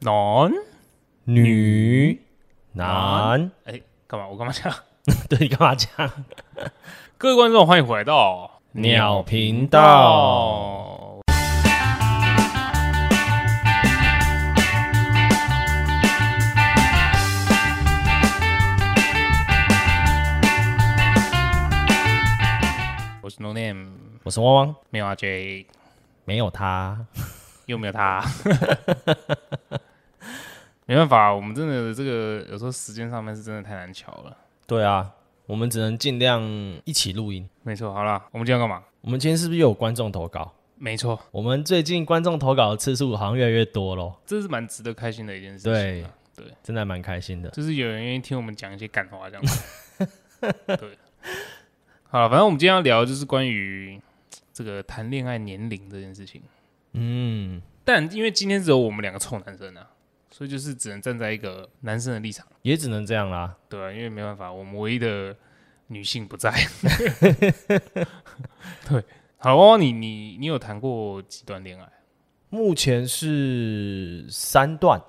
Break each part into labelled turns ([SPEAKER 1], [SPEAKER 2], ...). [SPEAKER 1] 男，
[SPEAKER 2] 女男，
[SPEAKER 1] 哎，干嘛？我干嘛讲？
[SPEAKER 2] 对你干嘛讲？
[SPEAKER 1] 各位观众，欢迎回到
[SPEAKER 2] 鸟频道，
[SPEAKER 1] 哦。我是 No Name，
[SPEAKER 2] 我是汪汪，
[SPEAKER 1] 没有阿 J，
[SPEAKER 2] 没有他，
[SPEAKER 1] 又没有他。 没办法，我们真的这个有时候时间上面是真的太难巧了。
[SPEAKER 2] 对啊，我们只能尽量一起录音。
[SPEAKER 1] 没错，好了，我们今天要干嘛？
[SPEAKER 2] 我们今天是不是又有观众投稿？
[SPEAKER 1] 没错，
[SPEAKER 2] 我们最近观众投稿的次数好像越来越多咯，
[SPEAKER 1] 这是蛮值得开心的一件事情
[SPEAKER 2] 对
[SPEAKER 1] 啊、对，
[SPEAKER 2] 真的还蛮开心的。
[SPEAKER 1] 就是有人愿意听我们讲一些干话这样子。 对，好了，反正我们今天要聊的就是关于这个谈恋爱年龄这件事情。
[SPEAKER 2] 嗯，
[SPEAKER 1] 但因为今天只有我们两个臭男生啊，所以就是只能站在一个男生的立场，
[SPEAKER 2] 也只能这样啦。
[SPEAKER 1] 对、啊，因为没办法，我们唯一的女性不在。 对，好，汪汪，你你你有谈过几段恋爱？
[SPEAKER 2] 目前是三段，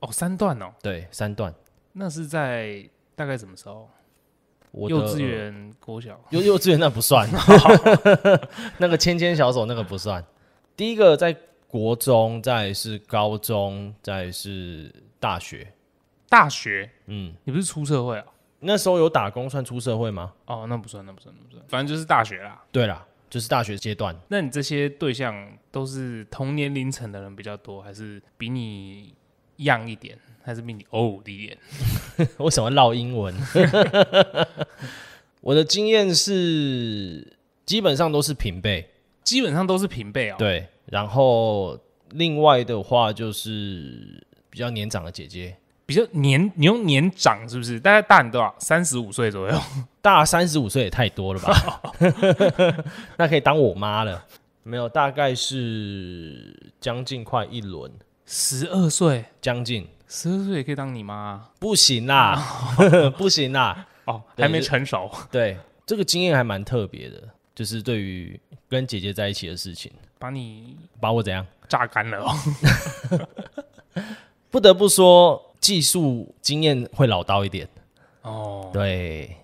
[SPEAKER 1] 哦，三段哦，
[SPEAKER 2] 对，三段。
[SPEAKER 1] 那是在大概什么时候？
[SPEAKER 2] 我的
[SPEAKER 1] 幼稚，园、国小。
[SPEAKER 2] 幼幼稚园那不 算，那个牵牵小手那个不算。第一个在国中，再来是高中，再来是大学。
[SPEAKER 1] 大学，
[SPEAKER 2] 嗯，
[SPEAKER 1] 你不是出社会啊？
[SPEAKER 2] 那时候有打工算出社会吗？
[SPEAKER 1] 哦，那不算，那不算，那不算，反正就是大学啦。
[SPEAKER 2] 对啦，就是大学阶段。
[SPEAKER 1] 那你这些对象都是同年龄层的人比较多，还是比你样一点，还是比你欧一点？
[SPEAKER 2] 为什么唠英 文？我的经验是，基本上都是平辈，
[SPEAKER 1] 基本上都是平辈啊、哦。
[SPEAKER 2] 对。然后另外的话就是比较年长的姐姐，
[SPEAKER 1] 比较年，你用年长是不是？大概大你多少？三十五岁左右。
[SPEAKER 2] 大三十五岁也太多了吧？ 那可以当我妈了。没有，大概是将近快一轮，
[SPEAKER 1] 十二岁，
[SPEAKER 2] 将近
[SPEAKER 1] 十二岁也可以当你妈啊、
[SPEAKER 2] 不行啦， 不行啦。
[SPEAKER 1] 哦，
[SPEAKER 2] 对
[SPEAKER 1] 还没成熟。
[SPEAKER 2] 对，这个经验还蛮特别的，就是对于跟姐姐在一起的事情，
[SPEAKER 1] 把你
[SPEAKER 2] 把我怎样？
[SPEAKER 1] 榨干了、哦，
[SPEAKER 2] 不得不说，技术经验会老道一点。
[SPEAKER 1] 哦，
[SPEAKER 2] 对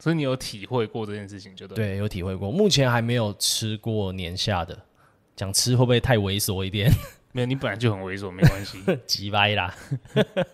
[SPEAKER 1] 所以你有体会过这件事情，就对了。
[SPEAKER 2] 对，有体会过，目前还没有吃过年下的。讲吃会不会太猥琐一点？
[SPEAKER 1] 没有，你本来就很猥琐，没关系。
[SPEAKER 2] 急歪啦。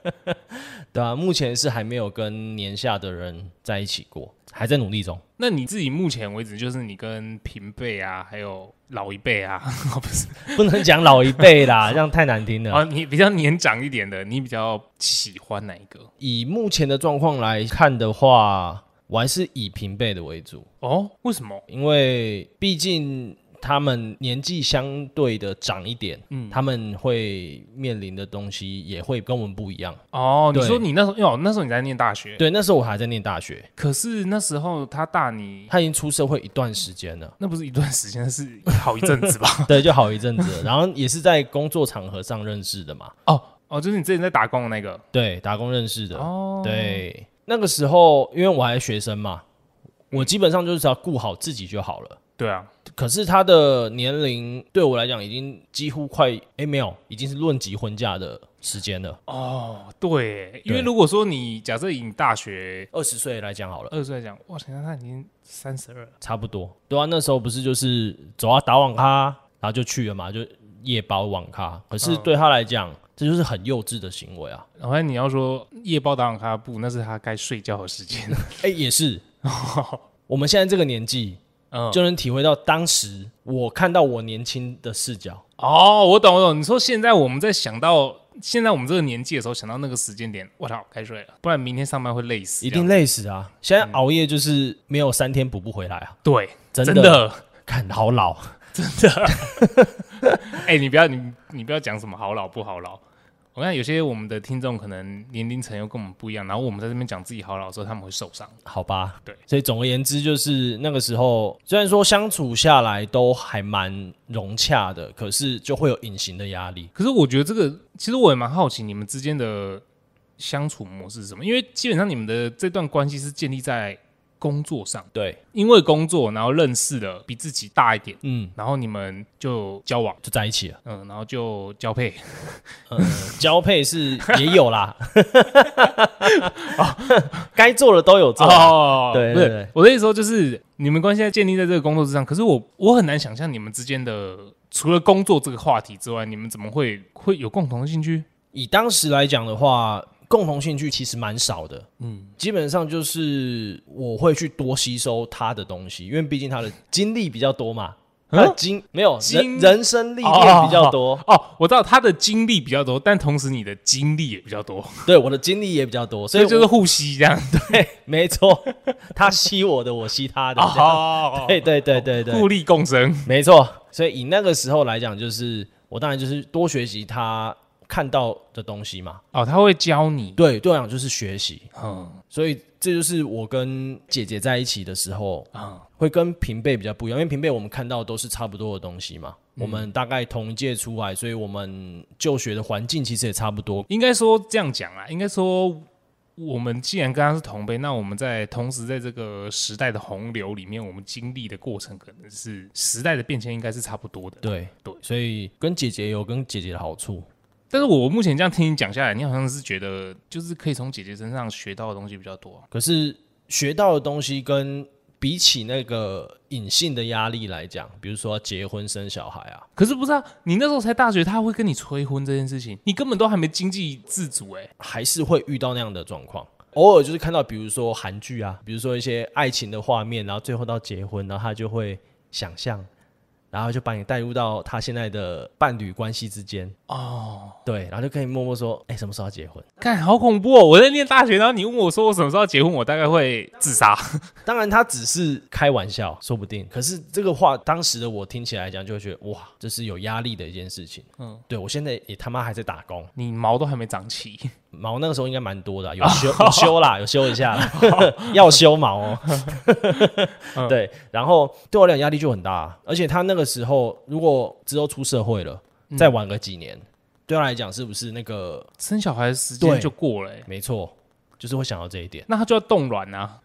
[SPEAKER 2] 对啊，目前是还没有跟年下的人在一起过，还在努力中。
[SPEAKER 1] 那你自己目前为止，就是你跟平辈啊，还有老一辈啊， 哦不是，
[SPEAKER 2] 不能讲老一辈 啦，这样太难听了。
[SPEAKER 1] 哦，你比较年长一点的，你比较喜欢哪一个？
[SPEAKER 2] 以目前的状况来看的话，我还是以平辈的为主。
[SPEAKER 1] 哦，为什么？
[SPEAKER 2] 因为毕竟他们年纪相对的长一点，
[SPEAKER 1] 嗯
[SPEAKER 2] 他们会面临的东西也会跟我们不一样。
[SPEAKER 1] 哦，你
[SPEAKER 2] 对
[SPEAKER 1] 说你那时候，哦，那时候你在念大学，
[SPEAKER 2] 对，那时候我还在念大学，
[SPEAKER 1] 可是那时候他大你，，
[SPEAKER 2] 他已经出社会一段时间了
[SPEAKER 1] 那不是一段时间，是好一阵子吧？
[SPEAKER 2] 对，就好一阵子了。然后也是在工作场合上认识的嘛，
[SPEAKER 1] 哦哦，就是你之前在打工的那个，
[SPEAKER 2] 对，打工认识的。
[SPEAKER 1] 哦，，
[SPEAKER 2] 对，那个时候因为我还学生嘛，我基本上就是只要顾好自己就好了。
[SPEAKER 1] 对啊，
[SPEAKER 2] 可是他的年龄对我来讲已经几乎快，哎，没有，已经是论及婚嫁的时间了。
[SPEAKER 1] 哦，对，因为
[SPEAKER 2] 对
[SPEAKER 1] 如果说你假设以你大学
[SPEAKER 2] 二十岁来讲好了，
[SPEAKER 1] 二十岁来讲，哇，想想他已经三十二了，
[SPEAKER 2] 差不多。对啊，那时候不是就是走啊打网咖，然后就去了嘛，就夜包网咖。可是
[SPEAKER 1] 嗯
[SPEAKER 2] 对他来讲，这就是很幼稚的行为啊。
[SPEAKER 1] 然后你要说夜报打网咖不，那是他该睡觉的时间。
[SPEAKER 2] 哎，也 是，我们现在这个年纪
[SPEAKER 1] 嗯，
[SPEAKER 2] 就能体会到当时我看到我年轻的视角。
[SPEAKER 1] 哦，我懂我懂。你说现在我们在想到现在我们这个年纪的时候，想到那个时间点，我操，该睡了，不然明天上班会累死。
[SPEAKER 2] 一定
[SPEAKER 1] 累。
[SPEAKER 2] 累死啊！现在熬夜就是没有三天补不回来啊，
[SPEAKER 1] 对，
[SPEAKER 2] 真
[SPEAKER 1] 真
[SPEAKER 2] 的，
[SPEAKER 1] 的。
[SPEAKER 2] 看好老。
[SPEAKER 1] 哎、你不要你你不要讲什么好老不好老。我看有些我们的听众可能年龄层又跟我们不一样，然后我们在这边讲自己好老的时候，他们会受伤。
[SPEAKER 2] 好吧，
[SPEAKER 1] 对，
[SPEAKER 2] 所以总而言之，就是那个时候，虽然说相处下来都还蛮融洽的，可是就会有隐形的压力。
[SPEAKER 1] 可是我觉得这个，其实我也蛮好奇你们之间的相处模式是什么，因为基本上你们的这段关系是建立在工作上，
[SPEAKER 2] 对，
[SPEAKER 1] 因为工作然后认识了比自己大一点，
[SPEAKER 2] 嗯，
[SPEAKER 1] 然后你们就交往，
[SPEAKER 2] 就在一起了。
[SPEAKER 1] 嗯，然后就交配，
[SPEAKER 2] 呃， 交配是也有 啦，哦该做的都有做啦。
[SPEAKER 1] 哦
[SPEAKER 2] 对
[SPEAKER 1] 不
[SPEAKER 2] 对对
[SPEAKER 1] 是我的意思说，就是你们关系在建立在这个工作之上，可是我我很难想象你们之间的除了工作这个话题之外，你们怎么会会有共同的兴趣？
[SPEAKER 2] 以当时来讲的话，共同兴趣其实蛮少的，
[SPEAKER 1] 嗯，
[SPEAKER 2] 基本上就是我会去多吸收他的东西，因为毕竟他的经历比较多嘛，他的经没有人
[SPEAKER 1] 经
[SPEAKER 2] 人生历练比较多，
[SPEAKER 1] 嗯哦，我知道他的经历比较多，但同时你的经历也比较多，
[SPEAKER 2] 对我的经历也比较多，所
[SPEAKER 1] 所
[SPEAKER 2] 以
[SPEAKER 1] 以就是
[SPEAKER 2] 我
[SPEAKER 1] 互吸这样。
[SPEAKER 2] 对，没错， 他吸我的，我吸他的，这样
[SPEAKER 1] 哦
[SPEAKER 2] 对对对对对，
[SPEAKER 1] 互利共生。
[SPEAKER 2] 没错，所以以那个时候来讲，就是我当然就是多学习他看到的东西嘛。
[SPEAKER 1] 哦，他会教你，
[SPEAKER 2] 对，对我来讲就是学习，
[SPEAKER 1] 嗯
[SPEAKER 2] 所以这就是我跟姐姐在一起的时候，
[SPEAKER 1] 啊，
[SPEAKER 2] 会跟平辈比较不一样，因为平辈我们看到的都是差不多的东西嘛。
[SPEAKER 1] 嗯
[SPEAKER 2] 我们大概同一届出来，所以我们就学的环境其实也差不多。
[SPEAKER 1] 应该说这样讲啊啦，应该说。我们既然跟他是同辈，那我们在同时在这个时代的洪流里面，我们经历的过程可能是时代的变迁，应该是差不多的。
[SPEAKER 2] 对
[SPEAKER 1] 对
[SPEAKER 2] 所以跟姐姐有跟姐姐的好处。
[SPEAKER 1] 但是我目前这样听你讲下来，你好像是觉得就是可以从姐姐身上学到的东西比较多、啊
[SPEAKER 2] 可是学到的东西跟比起那个隐性的压力来讲，比如说结婚生小孩啊，
[SPEAKER 1] 可是不是啊？你那时候才大学，他会跟你催婚这件事情，你根本都还没经济自主哎、
[SPEAKER 2] 还是会遇到那样的状况。偶尔就是看到，比如说韩剧啊，比如说一些爱情的画面，然后最后到结婚，然后他就会想象，然后就把你带入到他现在的伴侣关系之间，
[SPEAKER 1] 哦，
[SPEAKER 2] 对，然后就可以默默说，哎、什么时候要结婚？
[SPEAKER 1] 看好恐怖哦！我在念大学，然后你问我说我什么时候要结婚，我大概会自杀。
[SPEAKER 2] 当然，他只是开玩笑，说不定。可是这个话，当时的我听起来讲，就会觉得哇，这是有压力的一件事情。嗯
[SPEAKER 1] 嗯，
[SPEAKER 2] 对我现在也他妈还在打工，
[SPEAKER 1] 你毛都还没长齐，
[SPEAKER 2] 毛那个时候应该蛮多的啊、
[SPEAKER 1] 哦
[SPEAKER 2] 有修有修啦，有修一 下啦，要修毛哦。
[SPEAKER 1] 嗯
[SPEAKER 2] 对，然后对我来讲压力就很大啊，而且他那个时候如果之后出社会了，
[SPEAKER 1] 嗯
[SPEAKER 2] 再晚个几年，对他来讲是不是那个
[SPEAKER 1] 生小孩的时
[SPEAKER 2] 对
[SPEAKER 1] 间就过了、欸，
[SPEAKER 2] 没错，就是会想到这一点。
[SPEAKER 1] 那他就要冻卵啊。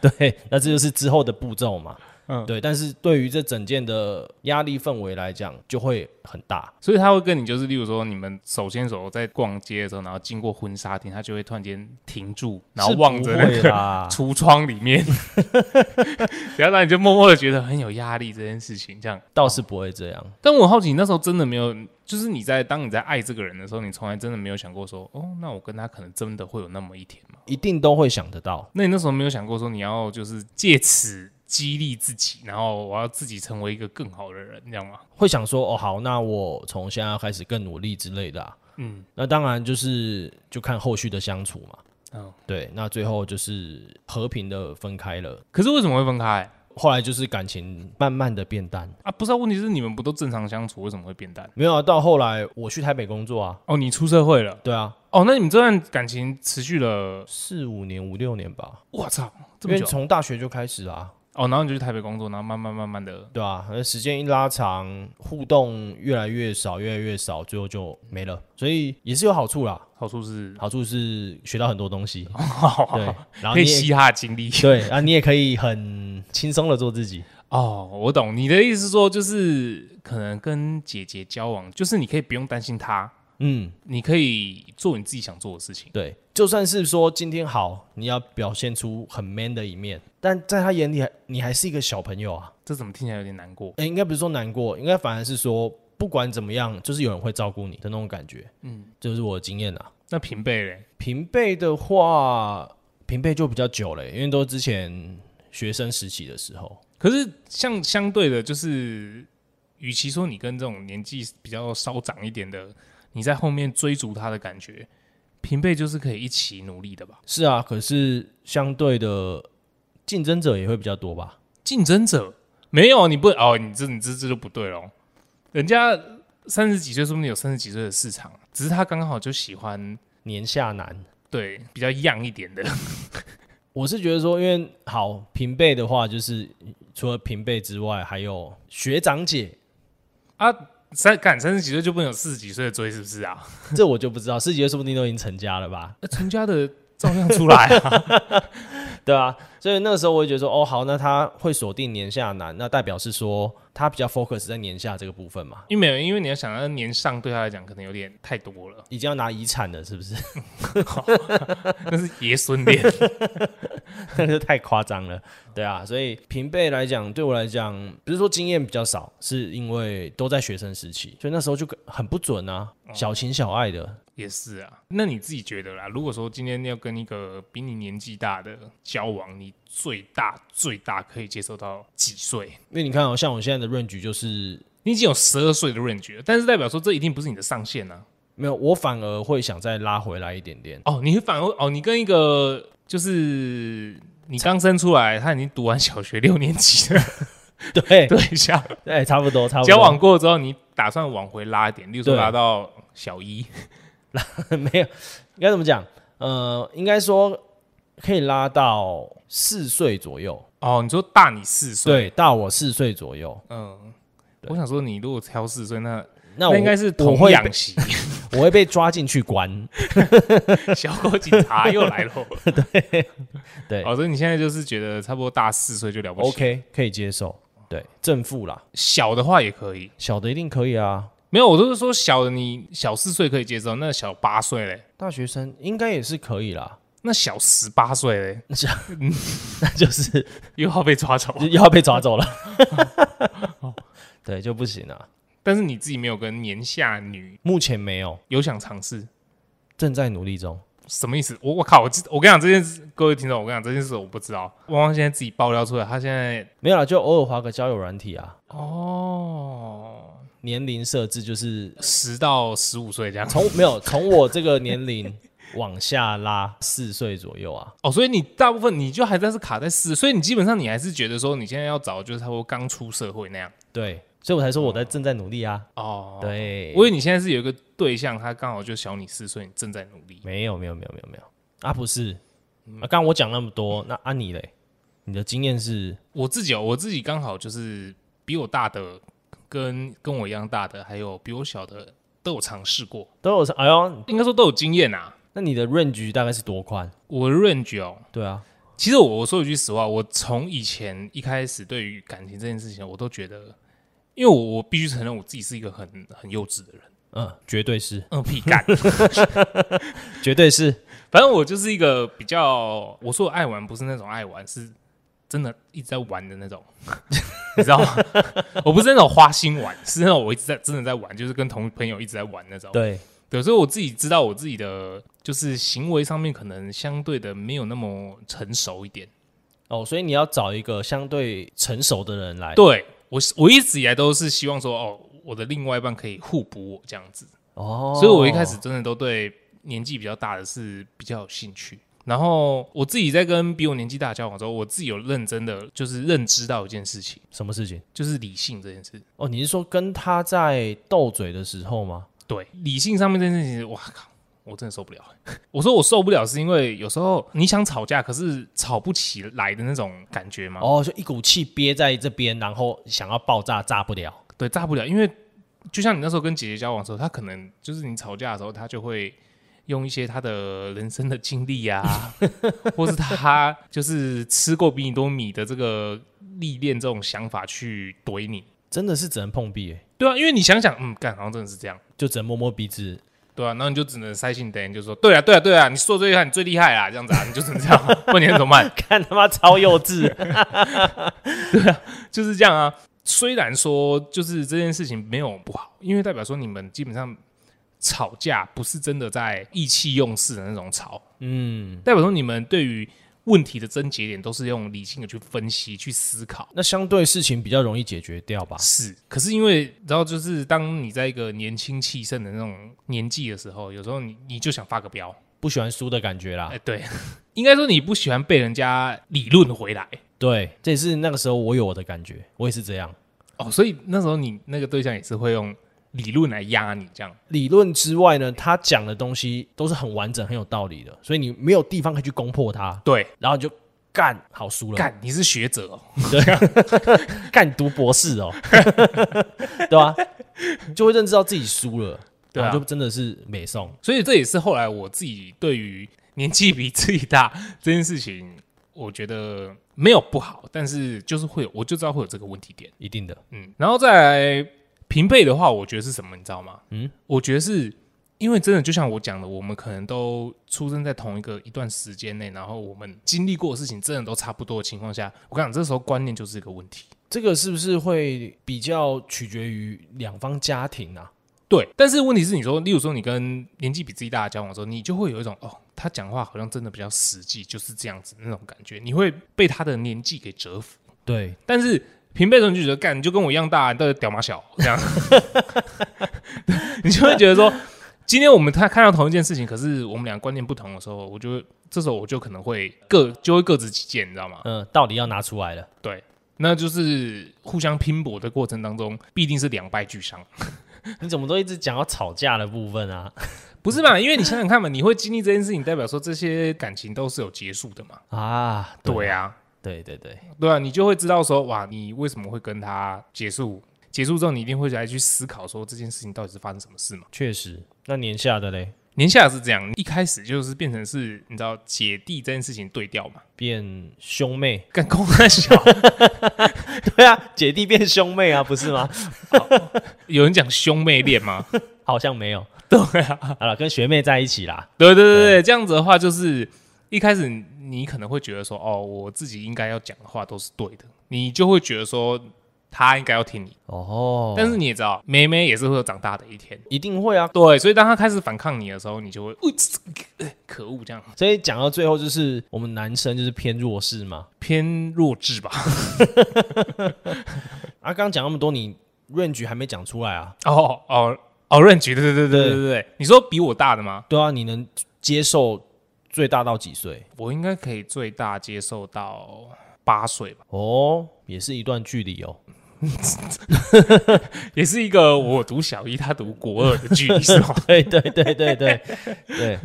[SPEAKER 2] 对，那这就是之后的步骤嘛。
[SPEAKER 1] 嗯
[SPEAKER 2] 对，但是对于这整件的压力氛围来讲，就会很大。
[SPEAKER 1] 所以他会跟你就是，例如说你们手牵手在逛街的时候，然后经过婚纱店，他就会突然间停住，然后
[SPEAKER 2] 是
[SPEAKER 1] 望着
[SPEAKER 2] 不
[SPEAKER 1] 那
[SPEAKER 2] 会
[SPEAKER 1] 个，
[SPEAKER 2] 啦
[SPEAKER 1] 橱窗里面， 然后让你就默默的觉得很有压力这件事情，这样。
[SPEAKER 2] 倒是不会这样。
[SPEAKER 1] 但我好奇，你那时候真的没有，就是你在当你在爱这个人的时候，你从来真的没有想过说，哦，那我跟他可能真的会有那么一天吗？
[SPEAKER 2] 一定都会想得到，
[SPEAKER 1] 那你那时候没有想过说你要就是借此激励自己，然后我要自己成为一个更好的人，这样吗？
[SPEAKER 2] 会想说哦，好，那我从现在开始更努力之类的、啊。
[SPEAKER 1] 嗯，
[SPEAKER 2] 那当然就是就看后续的相处嘛。
[SPEAKER 1] 哦
[SPEAKER 2] 对，那最后就是和平的分开了。
[SPEAKER 1] 可是为什么会分开
[SPEAKER 2] 后来就是感情慢慢的变淡，
[SPEAKER 1] 啊？不是、啊，问题是你们不都正常相处，为什么会变淡？
[SPEAKER 2] 没有啊。到后来我去台北工作啊，
[SPEAKER 1] 哦，你出社会了，
[SPEAKER 2] 对啊，
[SPEAKER 1] 哦，那你们这段感情持续了，
[SPEAKER 2] 四五年、五六年吧，
[SPEAKER 1] 我操，这
[SPEAKER 2] 因
[SPEAKER 1] 么
[SPEAKER 2] 为
[SPEAKER 1] 久
[SPEAKER 2] 从大学就开始啊，
[SPEAKER 1] 哦，然后你就去台北工作，然后慢慢慢慢的
[SPEAKER 2] 对啊，那时间一拉长，互动越来越少，越来越少，最后就没了。所以也是有好处啦，
[SPEAKER 1] 好处是，
[SPEAKER 2] 好处是学到很多东西，对，然
[SPEAKER 1] 哦
[SPEAKER 2] 后
[SPEAKER 1] 可以
[SPEAKER 2] 你也
[SPEAKER 1] 嘻哈经历。
[SPEAKER 2] 对啊，你也可以很轻松的做自己。
[SPEAKER 1] 哦，我懂你的意思，说就是可能跟姐姐交往，就是你可以不用担心她，
[SPEAKER 2] 嗯，
[SPEAKER 1] 你可以做你自己想做的事情。
[SPEAKER 2] 对，就算是说今天好，你要表现出很 man 的一面，但在他眼里还你还是一个小朋友啊。
[SPEAKER 1] 这怎么听起来有点难过？
[SPEAKER 2] 诶，应该不是说难过，应该反而是说不管怎么样，就是有人会照顾你的那种感觉。嗯，这就是我的经验啊。
[SPEAKER 1] 那平辈嘞？
[SPEAKER 2] 平辈的话，平辈就比较久了、因为都之前学生时期的时候。
[SPEAKER 1] 可是像相对的，就是与其说你跟这种年纪比较稍长一点的，你在后面追逐他的感觉，平辈就是可以一起努力的吧？
[SPEAKER 2] 是啊，可是相对的竞争者也会比较多吧？
[SPEAKER 1] 竞争者没有，你不哦，你这你这这就不对咯。人家三十几岁，说不定有三十几岁的市场，只是他刚刚好就喜欢
[SPEAKER 2] 年下男，
[SPEAKER 1] 对比较样一点的。
[SPEAKER 2] 我是觉得说，因为好平辈的话，就是除了平辈之外，还有学长姐，
[SPEAKER 1] 啊，三敢三十几岁就不能有四十几岁的追，是不是啊？
[SPEAKER 2] 这我就不知道，师姐说不定都已经成家了吧？
[SPEAKER 1] 成家的照样出来啊，
[SPEAKER 2] 对啊，所以那个时候我就觉得说，哦，好，那他会锁定年下男，那代表是说他比较 focus 在年下这个部分嘛，
[SPEAKER 1] 因为没有，因为你要想，到年上对他来讲可能有点太多了，
[SPEAKER 2] 已经要拿遗产了，是不是？
[SPEAKER 1] 那是爷孙恋。
[SPEAKER 2] 那就太夸张了，对啊，所以平辈来讲，对我来讲，不是说经验比较少，是因为都在学生时期，所以那时候就很不准啊，小情小爱的，
[SPEAKER 1] 也是啊，那你自己觉得啦？如果说今天要跟一个比你年纪大的交往，你最大最大可以接受到几岁？
[SPEAKER 2] 因为你看哦，像我现在的润局就是
[SPEAKER 1] 你已经有十二岁的 range 了，但是代表说这一定不是你的上限啊。
[SPEAKER 2] 没有，我反而会想再拉回来一点点，
[SPEAKER 1] 哦，你反而哦，你跟一个就是你刚生出来，他已经读完小学六年级的
[SPEAKER 2] 对
[SPEAKER 1] 对象，
[SPEAKER 2] 对，差不多，差不多，
[SPEAKER 1] 交往过之后，你打算往回拉一点，例如说
[SPEAKER 2] 对
[SPEAKER 1] 拉到小一，
[SPEAKER 2] 没有，应该怎么讲？呃，应该说可以拉到四岁左右，
[SPEAKER 1] 哦，你说大你四岁，
[SPEAKER 2] 对，大我四岁左右。
[SPEAKER 1] 嗯，我想说，你如果挑四岁，那
[SPEAKER 2] 那我
[SPEAKER 1] 应该是
[SPEAKER 2] 我
[SPEAKER 1] 童
[SPEAKER 2] 会
[SPEAKER 1] 养
[SPEAKER 2] 被
[SPEAKER 1] 媳，
[SPEAKER 2] 我会被抓进 去关，
[SPEAKER 1] 小狗警察又来了。
[SPEAKER 2] 对
[SPEAKER 1] 哦，所以你现在就是觉得差不多大四岁就了不起
[SPEAKER 2] ，OK，可以接受。对，正负啦，
[SPEAKER 1] 小的话也可以。
[SPEAKER 2] 小的一定可以啊。
[SPEAKER 1] 没有，我都是说小的你小四岁可以接受，那小八岁嘞，
[SPEAKER 2] 大学生应该也是可以啦，
[SPEAKER 1] 那小十八岁嘞，
[SPEAKER 2] 那就是
[SPEAKER 1] 又要被抓走。啊
[SPEAKER 2] 就又要被抓走了， 对，就不行了。
[SPEAKER 1] 但是你自己没有跟年下女
[SPEAKER 2] 目前没有，
[SPEAKER 1] 有想尝试，
[SPEAKER 2] 正在努力中。
[SPEAKER 1] 什么意思？我我靠，我知我跟你讲这件事，各位听众，我跟你讲这件事我不知道。汪汪现在自己爆料出来，他现在
[SPEAKER 2] 没有啦，就偶尔划个交友软体啊。
[SPEAKER 1] 哦
[SPEAKER 2] 年龄设置就是
[SPEAKER 1] 十到十五岁这样。
[SPEAKER 2] 从没有从我这个年龄往下拉四岁左右啊，
[SPEAKER 1] 哦，所以你大部分你就还在是卡在四，所以你基本上你还是觉得说你现在要找就是差不多刚出社会那样。
[SPEAKER 2] 对，所以我才说我在正在努力啊，
[SPEAKER 1] 哦，
[SPEAKER 2] 对，
[SPEAKER 1] 我以为你现在是有一个对象，他刚好就小你四岁，你正在努力。
[SPEAKER 2] 没有没有没有没有没有啊，不是啊，刚刚我讲那么多，那啊你嘞，你的经验是
[SPEAKER 1] 我自己哦，我自己刚好就是比我大的，跟跟我一样大的，还有比我小的，都有尝试过，
[SPEAKER 2] 都有哎呦，
[SPEAKER 1] 应该说都有经验啊。
[SPEAKER 2] 那你的 range 大概是多宽？
[SPEAKER 1] 我的 range 哦，
[SPEAKER 2] 对啊，
[SPEAKER 1] 其实我我说一句实话，我从以前一开始对于感情这件事情，我都觉得，因为我我必须承认我自己是一个很很幼稚的人，
[SPEAKER 2] 嗯，绝对是，
[SPEAKER 1] 嗯屁干，
[SPEAKER 2] 绝对是，
[SPEAKER 1] 反正我就是一个比较，我说我爱玩不是那种爱玩，是真的一直在玩的那种， 你知道吗？ 我不是那种花心玩，是那种我一直在真的在玩，就是跟同朋友一直在玩那种。
[SPEAKER 2] 对，
[SPEAKER 1] 对，所以我自己知道我自己的就是行为上面可能相对的没有那么成熟一点。
[SPEAKER 2] 哦，所以你要找一个相对成熟的人来，
[SPEAKER 1] 对我是，我一直以来都是希望说，哦，我的另外一半可以互补我这样子，
[SPEAKER 2] 哦，
[SPEAKER 1] 所以我一开始真的都对年纪比较大的是比较有兴趣。然后我自己在跟比我年纪大的交往之后，我自己有认真的就是认知到一件事情，
[SPEAKER 2] 什么事情？
[SPEAKER 1] 就是理性这件事。
[SPEAKER 2] 哦，你是说跟他在斗嘴的时候吗？
[SPEAKER 1] 对，理性上面这件事情，哇靠，我真的受不了。 我说我受不了，是因为有时候你想吵架，可是吵不起来的那种感觉嘛。
[SPEAKER 2] 哦，就一股气憋在这边，然后想要爆炸，炸不了。
[SPEAKER 1] 对，炸不了，因为就像你那时候跟姐姐交往的时候，她可能就是你吵架的时候，她就会用一些她的人生的经历呀、或是她就是吃过比你多米的这个历练这种想法去怼你。
[SPEAKER 2] 真的是只能碰壁、欸，
[SPEAKER 1] 对啊，因为你想想，嗯，干，好像真的是这样。
[SPEAKER 2] 就只能摸摸鼻子。
[SPEAKER 1] 对啊，然后你就只能塞信等人，就说对啊，对啊，对啊，你说最厉害，你最厉害啦，这样子啊，你就只能这样，不然你能怎么办？
[SPEAKER 2] 看他妈超幼稚，
[SPEAKER 1] 就是这样啊。虽然说就是这件事情没有不好，因为代表说你们基本上吵架不是真的在意气用事的那种吵，
[SPEAKER 2] 嗯，
[SPEAKER 1] 代表说你们对于问题的症结点都是用理性的去分析、去思考。
[SPEAKER 2] 那相对事情比较容易解决掉吧？
[SPEAKER 1] 是，可是因为然后就是当你在一个年轻气盛的那种年纪的时候，有时候你你就想发个飙，
[SPEAKER 2] 不喜欢输的感觉啦
[SPEAKER 1] 哎、。对， 应该说你不喜欢被人家理论回来
[SPEAKER 2] 对，这也是那个时候我有我的感觉，我也是这样。
[SPEAKER 1] 哦，所以那时候你那个对象也是会用理论来压你这样。
[SPEAKER 2] 理论之外呢，他讲的东西都是很完整、很有道理的，所以你没有地方可以去攻破他，
[SPEAKER 1] 对，
[SPEAKER 2] 然后你就干好输了，
[SPEAKER 1] 干，你是学者哦。
[SPEAKER 2] 干读博士 哦，对吧、就会认知到自己输了，
[SPEAKER 1] 对啊
[SPEAKER 2] 然后就真的是美送。
[SPEAKER 1] 所以这也是后来我自己对于年纪比自己大这件事情，我觉得没有不好，但是就是会有，我就知道会有这个问题点。
[SPEAKER 2] 一定的，
[SPEAKER 1] 嗯，然后再来平辈的话，我觉得是什么，你知道吗？
[SPEAKER 2] 嗯
[SPEAKER 1] 嗯，我觉得是因为真的就像我讲的，我们可能都出生在同一个一段时间内，然后我们经历过的事情真的都差不多的情况下，我跟你讲，这时候观念就是一个问题。
[SPEAKER 2] 这个是不是会比较取决于两方家庭啊？
[SPEAKER 1] 对，但是问题是，你说，例如说你跟年纪比自己大的交往的时候，你就会有一种哦，他讲话好像真的比较实际，就是这样子那种感觉，你会被他的年纪给折服。
[SPEAKER 2] 对，
[SPEAKER 1] 但是平辈的时候你就觉得，干你就跟我一样大，你到底屌妈小这样， 你就会觉得说，今天我们他看到同一件事情，可是我们俩观念不同的时候，我就这时候我就可能会各就会各执己见，你知道吗？
[SPEAKER 2] 嗯，道理要拿出来了。
[SPEAKER 1] 对，那就是互相拼搏的过程当中，必定是两败俱伤。
[SPEAKER 2] 你怎么都一直讲到吵架的部分啊？
[SPEAKER 1] 不是嘛？因为你想想看嘛，你会经历这件事情，代表说这些感情都是有结束的嘛。
[SPEAKER 2] 啊，
[SPEAKER 1] 对啊，
[SPEAKER 2] 对对对，
[SPEAKER 1] 对啊，你就会知道说，哇，你为什么会跟他结束？结束之后，你一定会来去思考说这件事情到底是发生什么事嘛？
[SPEAKER 2] 确实。那年下的嘞，
[SPEAKER 1] 年下是这样，一开始就是变成是你知道姐弟这件事情对调嘛，
[SPEAKER 2] 变兄妹，
[SPEAKER 1] 干公很小，
[SPEAKER 2] 对啊，姐弟变兄妹 啊，不是吗？
[SPEAKER 1] 有人讲兄妹恋吗？
[SPEAKER 2] 好像没有。
[SPEAKER 1] 对啊，
[SPEAKER 2] 好了，跟学妹在一起啦。
[SPEAKER 1] 对对对对，这样子的话，就是一开始你可能会觉得说，哦，我自己应该要讲的话都是对的，你就会觉得说他应该要听你。
[SPEAKER 2] 哦
[SPEAKER 1] 但是你也知道，妹妹也是会有长大的一天。
[SPEAKER 2] 一定会啊。
[SPEAKER 1] 对，所以当她开始反抗你的时候，你就会，呃呃可恶，这样
[SPEAKER 2] 所以讲到最后，就是我们男生就是偏弱势嘛。
[SPEAKER 1] 偏弱智吧？
[SPEAKER 2] 啊，刚刚讲那么多，你 range 还没讲出来啊？
[SPEAKER 1] 哦哦哦，润菊，对对对对
[SPEAKER 2] 对
[SPEAKER 1] 对对对，你说比我大的吗？
[SPEAKER 2] 对啊，你能接受最大到几岁？
[SPEAKER 1] 我应该可以最大接受到八岁吧，
[SPEAKER 2] 哦，也是一段距离哦。
[SPEAKER 1] 也是一个我读小一，他读国二的距离是 吗？
[SPEAKER 2] 对对对对对对，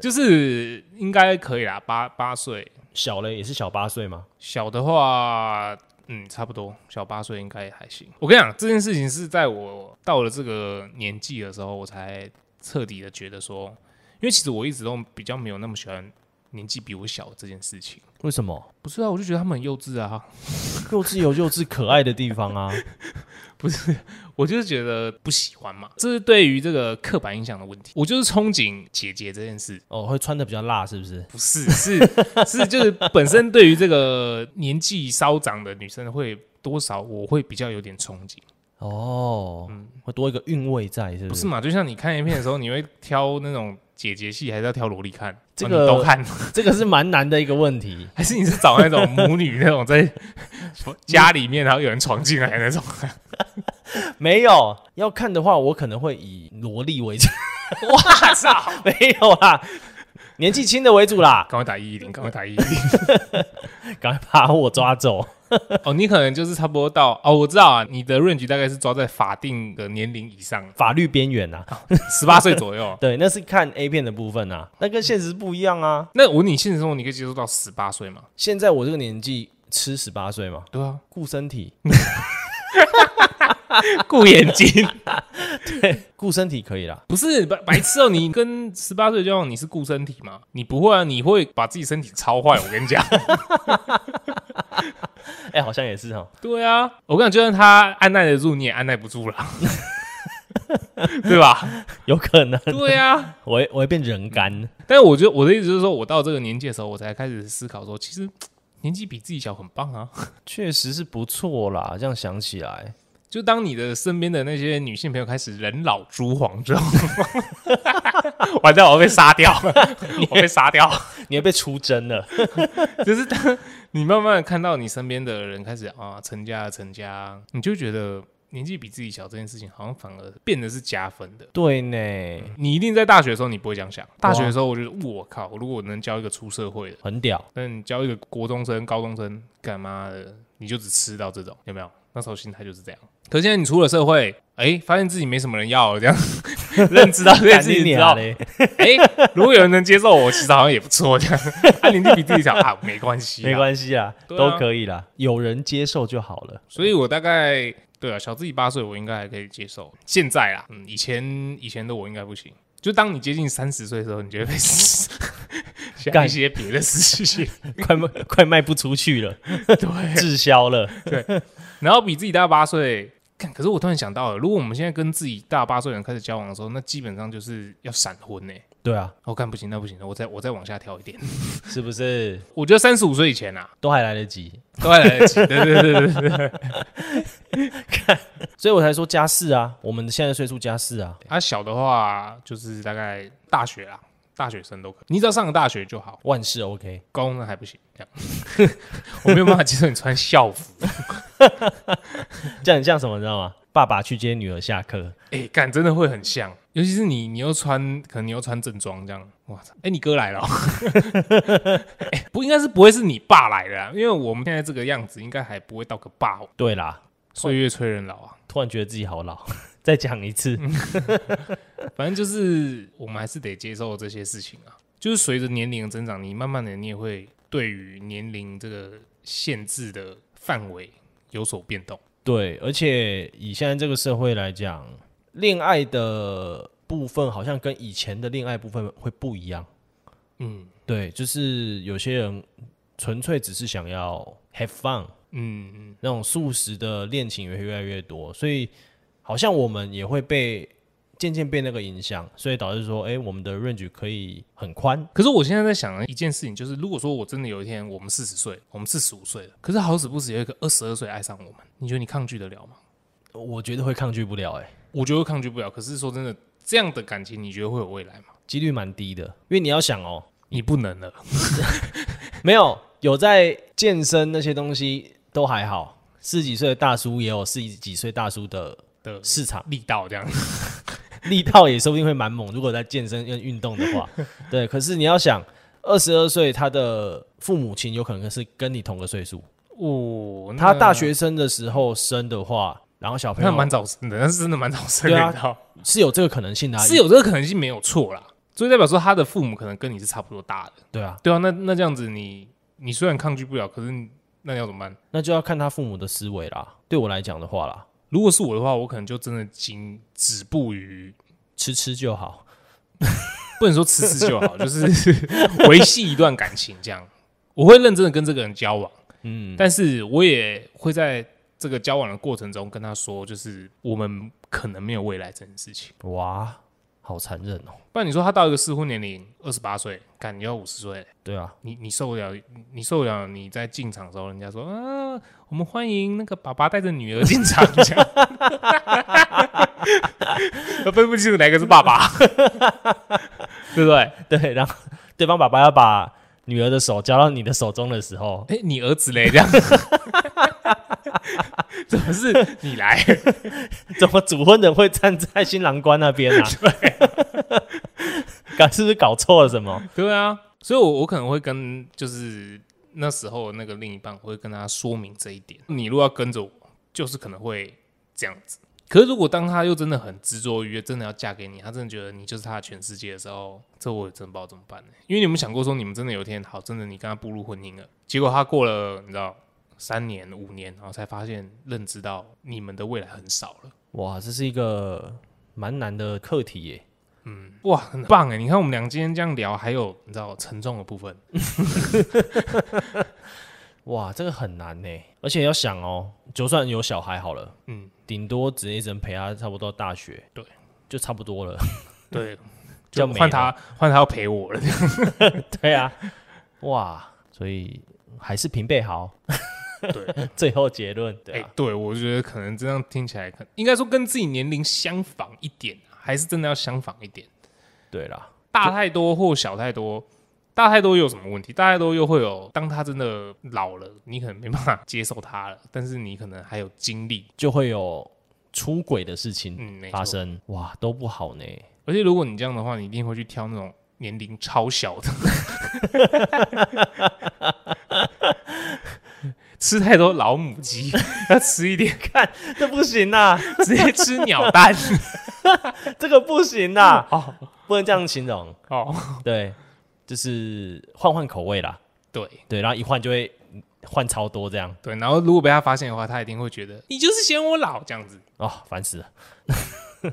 [SPEAKER 1] 就是应该可以啦，八八岁，
[SPEAKER 2] 小嘞也是小八岁嘛。
[SPEAKER 1] 小的话，嗯，差不多，小八岁应该还行。我跟你讲，这件事情是在我到了这个年纪的时候，我才彻底的觉得说，因为其实我一直都比较没有那么喜欢年纪比我小这件事情。
[SPEAKER 2] 为什么？
[SPEAKER 1] 不是啊，我就觉得他们很幼稚啊，
[SPEAKER 2] 幼稚有幼稚可爱的地方啊。
[SPEAKER 1] 我就是觉得不喜欢嘛。这是对于这个刻板印象的问题。我就是憧憬姐姐这件事，
[SPEAKER 2] 哦，会穿的比较辣是不是？
[SPEAKER 1] 不是是 是就是本身对于这个年纪稍长的女生会多少我会比较有点憧憬。
[SPEAKER 2] 哦，会多一个韵味在是
[SPEAKER 1] 不
[SPEAKER 2] 不
[SPEAKER 1] 是
[SPEAKER 2] 是？
[SPEAKER 1] 嘛？就像你看 A 片的时候，你会挑那种姐姐戏，还是要挑萝莉看？
[SPEAKER 2] 这
[SPEAKER 1] 哦
[SPEAKER 2] 个
[SPEAKER 1] 你都看，
[SPEAKER 2] 这个是蛮难的一个问题。
[SPEAKER 1] 还是你是找那种母女那种在家里面，然后有人闯进来那种？
[SPEAKER 2] 没有要看的话，我可能会以萝莉 为主，
[SPEAKER 1] 哇操！
[SPEAKER 2] 没有啦，年纪轻的为主啦，
[SPEAKER 1] 赶快打一一零，赶快打一一零。
[SPEAKER 2] 赶快把我抓走。
[SPEAKER 1] 哦，你可能就是差不多到哦，我知道啊，你的 range 大概是抓在法定的年龄以上，
[SPEAKER 2] 法律边缘啊，。
[SPEAKER 1] 十八岁左右
[SPEAKER 2] 对，那是看 A 片的部分啊，那跟现实不一样啊。
[SPEAKER 1] 那我问你现实生活你可以接受到十八岁吗？
[SPEAKER 2] 现在我这个年纪吃十八岁嘛，
[SPEAKER 1] 对啊，
[SPEAKER 2] 顾身体，
[SPEAKER 1] 顾眼睛
[SPEAKER 2] 顾身体可以啦。
[SPEAKER 1] 不是白白痴哦！你跟十八岁交往，你是顾身体吗？你不会啊，你会把自己身体操坏。我跟你讲。
[SPEAKER 2] 哎、好像也是哈。
[SPEAKER 1] 对啊，我跟你讲，就算他按耐得住，你也按耐不 住啦，对吧？
[SPEAKER 2] 有可能
[SPEAKER 1] 对啊，
[SPEAKER 2] 我会我会变人干。
[SPEAKER 1] 但是我觉得我的意思就是说，我到这个年纪的时候，我才开始思考说，其实年纪比自己小很棒啊。
[SPEAKER 2] 确实是不错啦，这样想起来，
[SPEAKER 1] 就当你的身边的那些女性朋友开始人老珠黄 之后，完蛋，我要被杀 掉，我被杀掉。
[SPEAKER 2] 你也被出征了。
[SPEAKER 1] 就是当你慢慢地看到你身边的人开始啊成家了成家，你就觉得年纪比自己小这件事情，好像反而变得是加分的。
[SPEAKER 2] 对呢，
[SPEAKER 1] 你一定在大学的时候你不会这样
[SPEAKER 2] 啊
[SPEAKER 1] 想，大学的时候我觉得我靠，如果我能教一个出社会的，
[SPEAKER 2] 很屌。
[SPEAKER 1] 那你教一个国中生、高中生，干嘛的，你就只吃到这种，有没有？那时候心态就是这样。可是现在你出了社会，哎、发现自己没什么人要了，这样 认知到这件
[SPEAKER 2] 干
[SPEAKER 1] 事
[SPEAKER 2] 你
[SPEAKER 1] 情之
[SPEAKER 2] 娘
[SPEAKER 1] 后，
[SPEAKER 2] 嘞！
[SPEAKER 1] 哎、如果有人能接受我，其实好像也不错，这样。 啊，年纪比自己小啊，没关系，
[SPEAKER 2] 没
[SPEAKER 1] 系。
[SPEAKER 2] 关系啦，
[SPEAKER 1] 对啊
[SPEAKER 2] 都可以啦，有人接受就好 了。
[SPEAKER 1] 所以我大概对啊，小自己八岁，我应该还可以接受。现在啊，嗯，以前以前的我应该不行。就当你接近三十岁的时候，你就会被 想
[SPEAKER 2] 干
[SPEAKER 1] 一些别的事情。
[SPEAKER 2] 快卖快卖不出去了，
[SPEAKER 1] 对，
[SPEAKER 2] 滞销了。
[SPEAKER 1] 然后比自己大八岁。看，可是我突然想到了，如果我们现在跟自己大八岁的人开始交往的时候，那基本上就是要闪婚呢、
[SPEAKER 2] 对啊，
[SPEAKER 1] 我、看不行，那不行，我再我再往下跳一点。
[SPEAKER 2] 是不是
[SPEAKER 1] 我觉得三十五岁以前啊，
[SPEAKER 2] 都还来得及？
[SPEAKER 1] 都还来得及。对对对对对，
[SPEAKER 2] 所以我才说加四啊，我们现在岁数加四啊。
[SPEAKER 1] 他、小的话就是大概大学啊，大学生都可以，你只要上了大学就好，
[SPEAKER 2] 万事 OK，
[SPEAKER 1] 高中还不行。这样， 我没有办法接受你穿校服。
[SPEAKER 2] 这样很像什么，你知道吗？爸爸去接女儿下课，
[SPEAKER 1] 哎、干真的会很像，尤其是你，你又穿，可能你又穿正装这样，哇操！哎、你哥来了、哦 哎不应该是不会是你爸来的、啊，因为我们现在这个样子，应该还不会到个爸哦。
[SPEAKER 2] 对啦，
[SPEAKER 1] 岁月催人老啊，
[SPEAKER 2] 突然觉得自己好老。 再讲一次，
[SPEAKER 1] 反正就是我们还是得接受这些事情啊。就是随着年龄的增长，你慢慢的你也会对于年龄这个限制的范围有所变动。
[SPEAKER 2] 对，而且以现在这个社会来讲，恋爱的部分好像跟以前的恋爱部分会不一样。
[SPEAKER 1] 嗯
[SPEAKER 2] 对，就是有些人纯粹只是想要 have fun，
[SPEAKER 1] 嗯嗯，
[SPEAKER 2] 那种素食的恋情也会越来越多，所以好像我们也会被渐渐被那个影响，所以导致说，哎、我们的 range 可以很宽。
[SPEAKER 1] 可是我现在在想一件事情，就是如果说我真的有一天我们四十岁，我们四十五岁了，可是好死不死有一个二十二岁爱上我们，你觉得你抗拒得了吗？
[SPEAKER 2] 我觉得会抗拒不了、哎，
[SPEAKER 1] 我觉得抗拒不了。可是说真的，这样的感情你觉得会有未来吗？
[SPEAKER 2] 几率蛮低的，因为你要想哦，
[SPEAKER 1] 你不能了，
[SPEAKER 2] 没有有在健身那些东西都还好，四十几岁的大叔也有四十几岁大叔的
[SPEAKER 1] 的
[SPEAKER 2] 市场。
[SPEAKER 1] 力道这样，
[SPEAKER 2] 力道也说不定会蛮猛。如果在健身跟运动的 话，对。可是你要想，二十二岁他的父母亲有可能是跟你同个岁数，
[SPEAKER 1] 哦，
[SPEAKER 2] 他
[SPEAKER 1] 那
[SPEAKER 2] 大学生的时候生的话，然后小朋
[SPEAKER 1] 那
[SPEAKER 2] 友
[SPEAKER 1] 蛮早生的，那是真的蛮早生
[SPEAKER 2] 对啊
[SPEAKER 1] 的，啊、
[SPEAKER 2] 是有这个可能性的、啊，
[SPEAKER 1] 是有这个可能性没有错啦。所以代表说他的父母可能跟你是差不多大的，
[SPEAKER 2] 对啊，
[SPEAKER 1] 对啊，那那这样子你你虽然抗拒不了，可是你那你要怎么办？
[SPEAKER 2] 那就要看他父母的思维啦。对我来讲的话啦，
[SPEAKER 1] 如果是我的话，我可能就真的仅止步于
[SPEAKER 2] 吃吃就好，
[SPEAKER 1] 不能说吃吃就好，就是 维系一段感情这样。我会认真的跟这个人交往，
[SPEAKER 2] 嗯，
[SPEAKER 1] 但是我也会在这个交往的过程中跟他说，就是我们可能没有未来这件事情。
[SPEAKER 2] 哇，好残忍哦，
[SPEAKER 1] 不然你说他到一个适婚年龄二十八岁，干你要五十岁了，
[SPEAKER 2] 对啊，
[SPEAKER 1] 你你受得了？你你受得了？你在进场的时候，人家说啊，我们欢迎那个爸爸带着女儿进场，这样， 分不清楚哪个是爸爸，对不对？
[SPEAKER 2] 对，然后 对方爸爸要把女儿的手交到你的手中的时候，
[SPEAKER 1] 哎、你儿子嘞？这样， 怎么是你来？
[SPEAKER 2] 怎么主婚人会站在新郎官那边 啊？搞是不是搞错了什么？
[SPEAKER 1] 对啊，所以我我可能会跟就是那时候那个另一半，我会跟他说明这一点。你如果要跟着我，就是可能会这样子。可是如果当他又真的很执着于真的要嫁给你，他真的觉得你就是他的全世界的时候，这我也真不知道怎么办呢、因为你有没有想过说，你们真的有一天好，真的你跟他步入婚姻了，结果他过了你知道三年五年，然后才发现认知到你们的未来很少了。
[SPEAKER 2] 哇，这是一个蛮难的课题耶。
[SPEAKER 1] 哇，很棒哎！你看我们俩今天这样聊，还有你知道沉重的部分，
[SPEAKER 2] 哇，这个很难呢。而且要想哦，就算有小孩好了，
[SPEAKER 1] 嗯，
[SPEAKER 2] 顶多只一人陪他差不多到大学，
[SPEAKER 1] 对，
[SPEAKER 2] 就差不 多了。
[SPEAKER 1] 对，
[SPEAKER 2] 嗯就
[SPEAKER 1] 就
[SPEAKER 2] 没
[SPEAKER 1] 换他换他要陪我了。
[SPEAKER 2] 对啊，哇，所以还是平辈好。
[SPEAKER 1] 对，
[SPEAKER 2] 最后结论，对
[SPEAKER 1] 哎、
[SPEAKER 2] 啊，
[SPEAKER 1] 对我觉得可能这样听起来，可应该说跟自己年龄相仿一点，啊还是真的要相仿一点。
[SPEAKER 2] 对啦，
[SPEAKER 1] 大太多或小太多，大太多又有什么问题？大太多又会有，当他真的老了，你可能没办法接受他了，但是你可能还有精力。
[SPEAKER 2] 就会有出轨的事情
[SPEAKER 1] 嗯，没错
[SPEAKER 2] 发。生，哇，都不好 呢。
[SPEAKER 1] 而且如果你这样的话，你一定会去挑那种年龄超小的，吃太多老母鸡， 要吃一点，
[SPEAKER 2] 这不行啊呐、
[SPEAKER 1] 直接吃鸟蛋。
[SPEAKER 2] 这个不行呐、
[SPEAKER 1] 哦
[SPEAKER 2] 不能这样形容。
[SPEAKER 1] 哦，
[SPEAKER 2] 对，就是换换口味啦。
[SPEAKER 1] 对
[SPEAKER 2] 对，然后一换就会换超多这样
[SPEAKER 1] 对，然后如果被他发现的话，他一定会觉得你就是嫌我老这样子，
[SPEAKER 2] 哦，烦死了，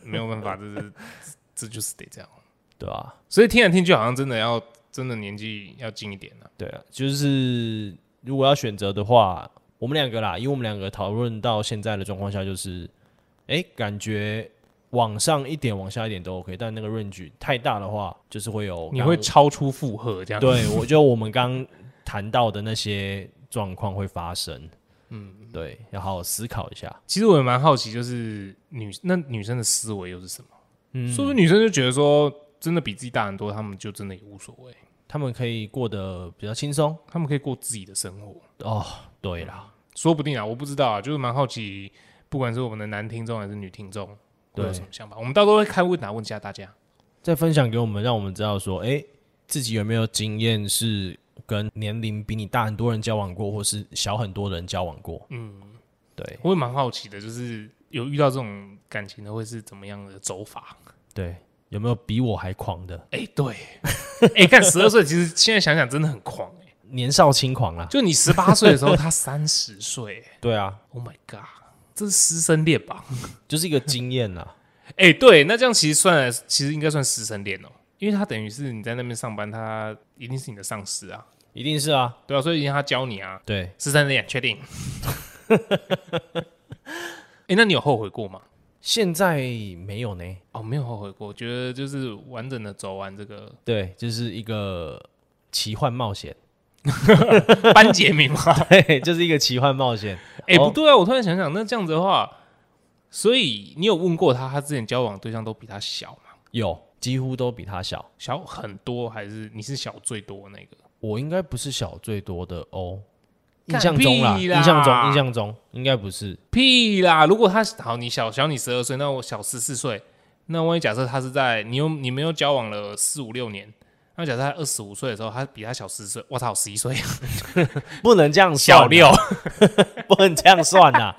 [SPEAKER 1] 没有办法，这是这这就是得这样。
[SPEAKER 2] 对吧、啊
[SPEAKER 1] 所以听来听去，好像真的要真的年纪要近一点了、
[SPEAKER 2] 对啊，就是如果要选择的话，我们两个啦，因为我们两个讨论到现在的状况下，就是，哎、感觉往上一点、往下一点都 OK，但那个 range 太大的话，就是会有
[SPEAKER 1] 你会
[SPEAKER 2] 刚
[SPEAKER 1] 超出负荷这样。，
[SPEAKER 2] 对，我觉得我们刚谈到的那些状况会发生。嗯，对，要好好思考一下。
[SPEAKER 1] 其实我也蛮好奇，就是女那女生的思维又是什么？嗯，说不定女生就觉得说，真的比自己大很多，她们就真的也无所谓，
[SPEAKER 2] 他们可以过得比较轻松
[SPEAKER 1] 她们可以过自己的生活。
[SPEAKER 2] 哦。对啦，
[SPEAKER 1] 说不定啊，我不知道啊，就是蛮好奇，不管是我们的男听众还是女听众，会有
[SPEAKER 2] 对
[SPEAKER 1] 什么想法？我们到时候会开问答问一下大家。
[SPEAKER 2] 再分享给我们，让我们知道说，哎、自己有没有经验是跟年龄比你大很多人交往过，或是小很多人交往过？嗯，对
[SPEAKER 1] 我也蛮好奇的，就是有遇到这种感情的会是怎么样的走法？
[SPEAKER 2] 对，有没有比我还狂的？
[SPEAKER 1] 哎、对， 哎、看十二岁，其实现在想想真的很狂、哎，
[SPEAKER 2] 年少轻狂啊啦，
[SPEAKER 1] 就你十八岁的时候，他三十岁哎
[SPEAKER 2] 对啊，
[SPEAKER 1] ，Oh my god，这是师生恋吧？
[SPEAKER 2] 就是一个经验啊啦。
[SPEAKER 1] 哎、对，那这样其实算来，其实应该算师生恋哦，因为他等于是你在那边上班，他一定是你的上司啊，
[SPEAKER 2] 一定是啊，
[SPEAKER 1] 对啊，所以一定他教你啊，
[SPEAKER 2] 对，
[SPEAKER 1] 师生恋确定。 哎、那你有后悔过吗？
[SPEAKER 2] 现在没有呢。
[SPEAKER 1] 哦，没有后悔过，我觉得就是完整的走完这个
[SPEAKER 2] 对，就是一个奇幻冒 险，
[SPEAKER 1] 班杰明嘛。
[SPEAKER 2] 对，就是一个奇幻冒险。
[SPEAKER 1] 哎、
[SPEAKER 2] 哦
[SPEAKER 1] 不对啊，我突然想想，那这样子的话，所以你有问过他，他之前交往对象都比他小吗？
[SPEAKER 2] 有，几乎都比他小。
[SPEAKER 1] 小很多，还是你是小最多那个？
[SPEAKER 2] 我应该不是小最多的哦，
[SPEAKER 1] 干
[SPEAKER 2] 印象中啦，
[SPEAKER 1] 屁啦
[SPEAKER 2] 印象中，印象中应该不是。
[SPEAKER 1] 屁啦！如果他好，你小小你十二岁，那我小十四岁，那万一假设他是在你又你们又交往了四五六年，那假设他二十五岁的时候，他比他小十岁，我操，十一岁，
[SPEAKER 2] 不能这样算啊
[SPEAKER 1] 小六，
[SPEAKER 2] 不能这样算呐、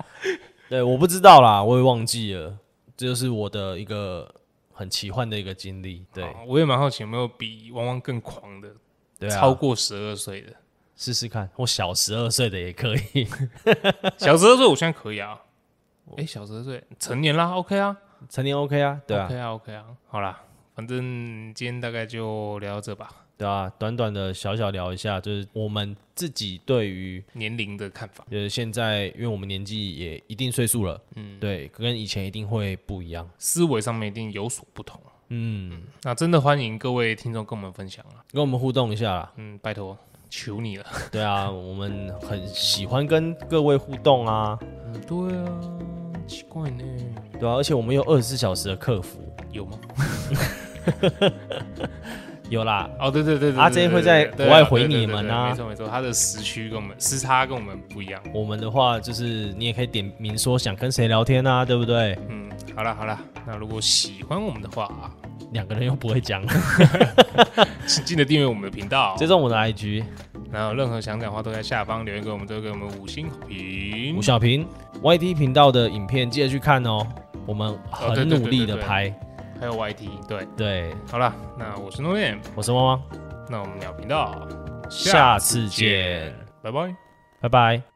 [SPEAKER 2] 对，我不知道啦，我也忘记了，这就是我的一个很奇幻的一个经历。对，
[SPEAKER 1] 哦 我也蛮好奇有没有比汪汪更狂的，
[SPEAKER 2] 对啊，
[SPEAKER 1] 超过十二岁 的。
[SPEAKER 2] 试试看，我小十二岁的也可以，
[SPEAKER 1] 小十二岁，我现在可以啊。哎、小十二岁成年啦，OK 啊
[SPEAKER 2] 成年 OK 啊，对啊
[SPEAKER 1] o k 啊，OK 啊，好啦，反正今天大概就聊到这吧，
[SPEAKER 2] 对啊，短短的小小聊一下，就是我们自己对于
[SPEAKER 1] 年龄的看法。
[SPEAKER 2] 呃现在，因为我们年纪也一定岁数了，嗯，对，跟以前一定会不一样。
[SPEAKER 1] 思维上面一定有所不同。嗯，那真的欢迎各位听众跟我们分享啊。
[SPEAKER 2] 跟我们互动一下啦，
[SPEAKER 1] 嗯，拜托，求你了。
[SPEAKER 2] 对啊，我们很喜欢跟各位互动啊，
[SPEAKER 1] 嗯，对啊，奇怪呢，
[SPEAKER 2] 对啊，而且我们有二十四小时的客服，
[SPEAKER 1] 有吗？
[SPEAKER 2] 有啦，
[SPEAKER 1] 哦，对对对对，
[SPEAKER 2] 阿
[SPEAKER 1] 对
[SPEAKER 2] J
[SPEAKER 1] 对
[SPEAKER 2] 会在
[SPEAKER 1] 对对
[SPEAKER 2] 国外
[SPEAKER 1] 对
[SPEAKER 2] 回
[SPEAKER 1] 对对
[SPEAKER 2] 你
[SPEAKER 1] 对
[SPEAKER 2] 们
[SPEAKER 1] 对
[SPEAKER 2] 啊
[SPEAKER 1] 没错没错，他的时区跟我们时差跟我们不一样。
[SPEAKER 2] 我们的话就是你也可以点名说想跟谁聊天啊，对不对？
[SPEAKER 1] 嗯，好啦好啦，那如果喜欢我们的话 啊，
[SPEAKER 2] 两个人又不会讲，
[SPEAKER 1] 请记得订阅我们的频道
[SPEAKER 2] 追，踪我们的 IG
[SPEAKER 1] 然后任何想讲的话都在下方留言给我们，都给我们五星好评
[SPEAKER 2] 吴。小平 YT 频道的影片，记得去看哦，我们
[SPEAKER 1] 哦对
[SPEAKER 2] 很
[SPEAKER 1] 对
[SPEAKER 2] 努力的
[SPEAKER 1] 对对对
[SPEAKER 2] 拍。
[SPEAKER 1] 还有 YT，对，
[SPEAKER 2] 对，
[SPEAKER 1] 好啦，那我是诺念，
[SPEAKER 2] 我是汪汪，
[SPEAKER 1] 那我们聊频道，
[SPEAKER 2] 下次见，
[SPEAKER 1] 拜拜。
[SPEAKER 2] 拜拜。